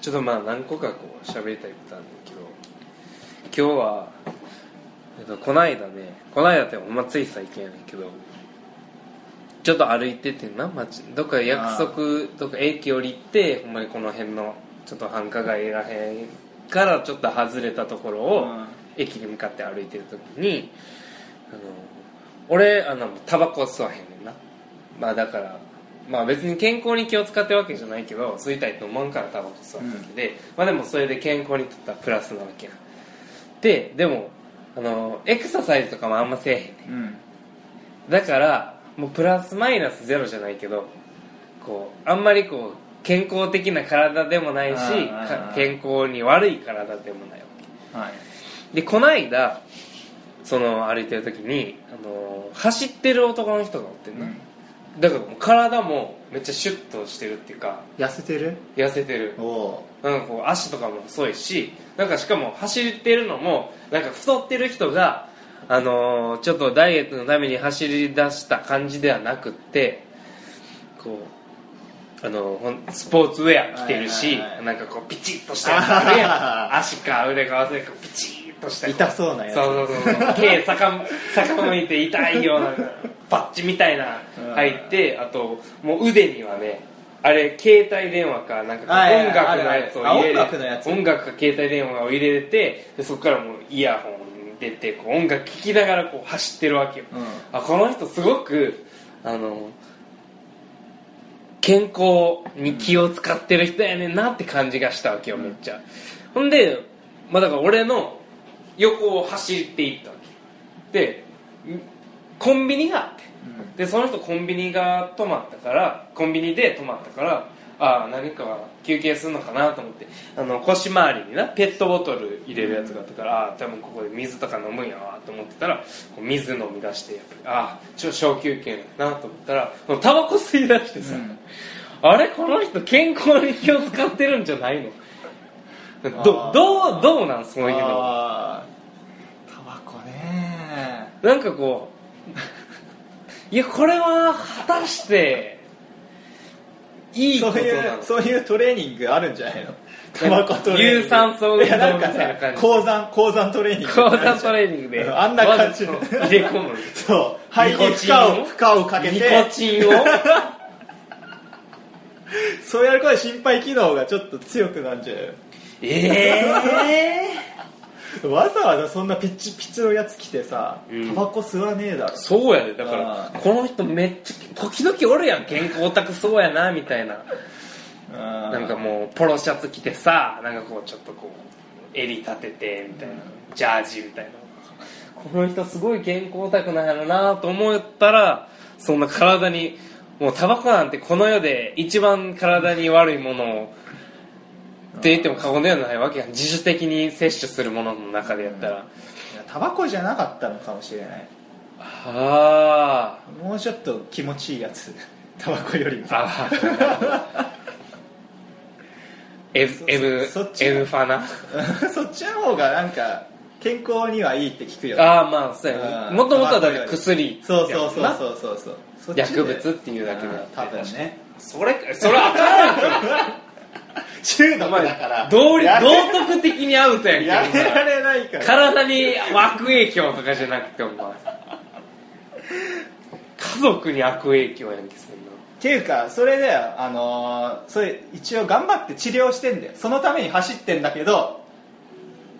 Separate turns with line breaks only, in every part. ちょっとまあ何個かこう喋りたいことあるんだけど今日は、えっと、こないだねこないだってほんまつい最近やねんけどちょっと歩いててんな街どっか約束とか駅降りてほんまにこの辺のちょっと繁華街らへんからちょっと外れたところを
うん
駅に向かって歩いてる時にあの俺あのタバコ吸わへんねんなまあだからまあ別に健康に気を使ってるわけじゃないけど吸いたいと思うからタバコ吸わへんわけで、まあでもそれで健康にとったらプラスなわけやででもあのエクササイズとかもあんませえへんねん
うん
だからもうプラスマイナスゼロじゃないけどこうあんまりこう健康的な体でもないし
あー
か
あー
健康に悪い体でもないわ
はい
けでこないだその歩いてる時に、あのー走ってる男の人がおってんな、だからもう体もめっちゃシュッとしてるっていうか
痩せてる
痩せてる
おお
なんかこう足とかも細いしなんかしかも走ってるのもなんか太ってる人が、あのーちょっとダイエットのために走り出した感じではなくってこう、あのーほんスポーツウェア着てるし、
はいはいはい
なんかこうピチッとしたやつあるや ん足か腕か忘れかピチッとした
痛そうなやつ
そうそうそうそう毛逆逆向いて痛いようなパッチみたいな入ってあともう腕にはねあれ携帯電話かなんか
はいはい
音楽のやつを入れ
あ音楽のやつ
音楽か携帯電話を入れてでそこからもうイヤホン出てこう音楽聴きながらこう走ってるわけよ、
うん
あこの人すごくあの健康に気を使ってる人やねんなって感じがしたわけよめっちゃ、ほんで、まあ、だから俺の横を走っていったわけでんコンビニがあってでその人コンビニが泊まったからコンビニで泊まったからああ何か休憩するのかなと思ってあの腰回りになペットボトル入れるやつがあったから、ああ多分ここで水とか飲むんやわと思ってたらこう水飲み出してやっぱりああちょ小休憩だなと思ったらもうタバコ吸い出してさ、
うん
あれこの人健康に気を使ってるんじゃないのど
あー
どうどうなんそういうの
あータバコね
なんかこういやこれは果たしていいこ
そ
と
う
な
いう
の
そういうトレーニングあるんじゃないのタバコトレーニング
有酸素運動
いやなんか
みたいな感
さ
じ
鉱山鉱山トレーニング
高山トレーニングで
うんあんな感じ
わざと入れ込む
そう肺に負荷を負荷をかけ
ニ
て
コチ ンを
そうやることで心肺機能がちょっと強くなるんじゃないの
ええ
わざわざそんなピッチピチのやつ着てさ、
うん
タバコ吸わねえだろ
そうやでだか
あ
らこの人めっちゃ時々おるやん健康オタクそうやなみたいな
な
なんかもうポロシャツ着てさなんかこうちょっとこう襟立ててみたいなジャージみたいなこの人すごい健康オタクなんやろなと思ったらそんな体にもうタバコなんてこの世で一番体に悪いものをって言っても過言ではないわけやん自主的に摂取するものの中でやったら、
いやタバコじゃなかったのかもしれない
は
もうちょっと気持ちいいやつ タバコよりも
あああ M,
そ
M,
そっち
M ファナ
そっちの方がなんか健康にはいいって聞くよね
ああまあそうや
うん
もともとはだって薬
そうそう
や
そう
もんな
そうそうそうそっちで
薬物っていうだけであっ
あ
て
ー多分ね
それかそれあかんやん
中毒
お前
だから
道理
やめ
道徳的にアウトやんけ
やめら
お
れない
前
から
体に悪影響とかじゃなくてお前家族に悪影響やんけそんな
っていうかそれであのーそれ一応頑張って治療してんだよそのために走ってんだけど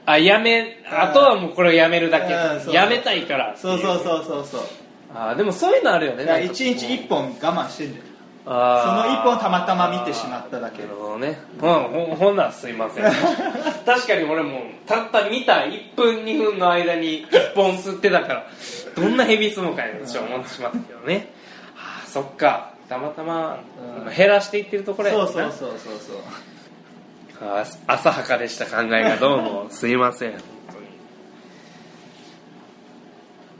あやめあとはもうこれをやめるだ
うんそうそ
け
う
やめたいから
そうそう
う
そうそうそう
あーでもそういうのあるよね
だから
なんかこう
1日1本我慢してんだよその
あー
1本たまたま見てしまっただけ
なるほどね、うん、ほほんならすいませ ん確かに俺もたった見た1分2分の間に1本吸ってたからどんなヘビスモかいなって思ってしまったけどねああそっかたまたま
うん
減らしていってるところや
そ
ねん
う
な
そうそうそうそう
あー浅はかでした考えがどうもすいません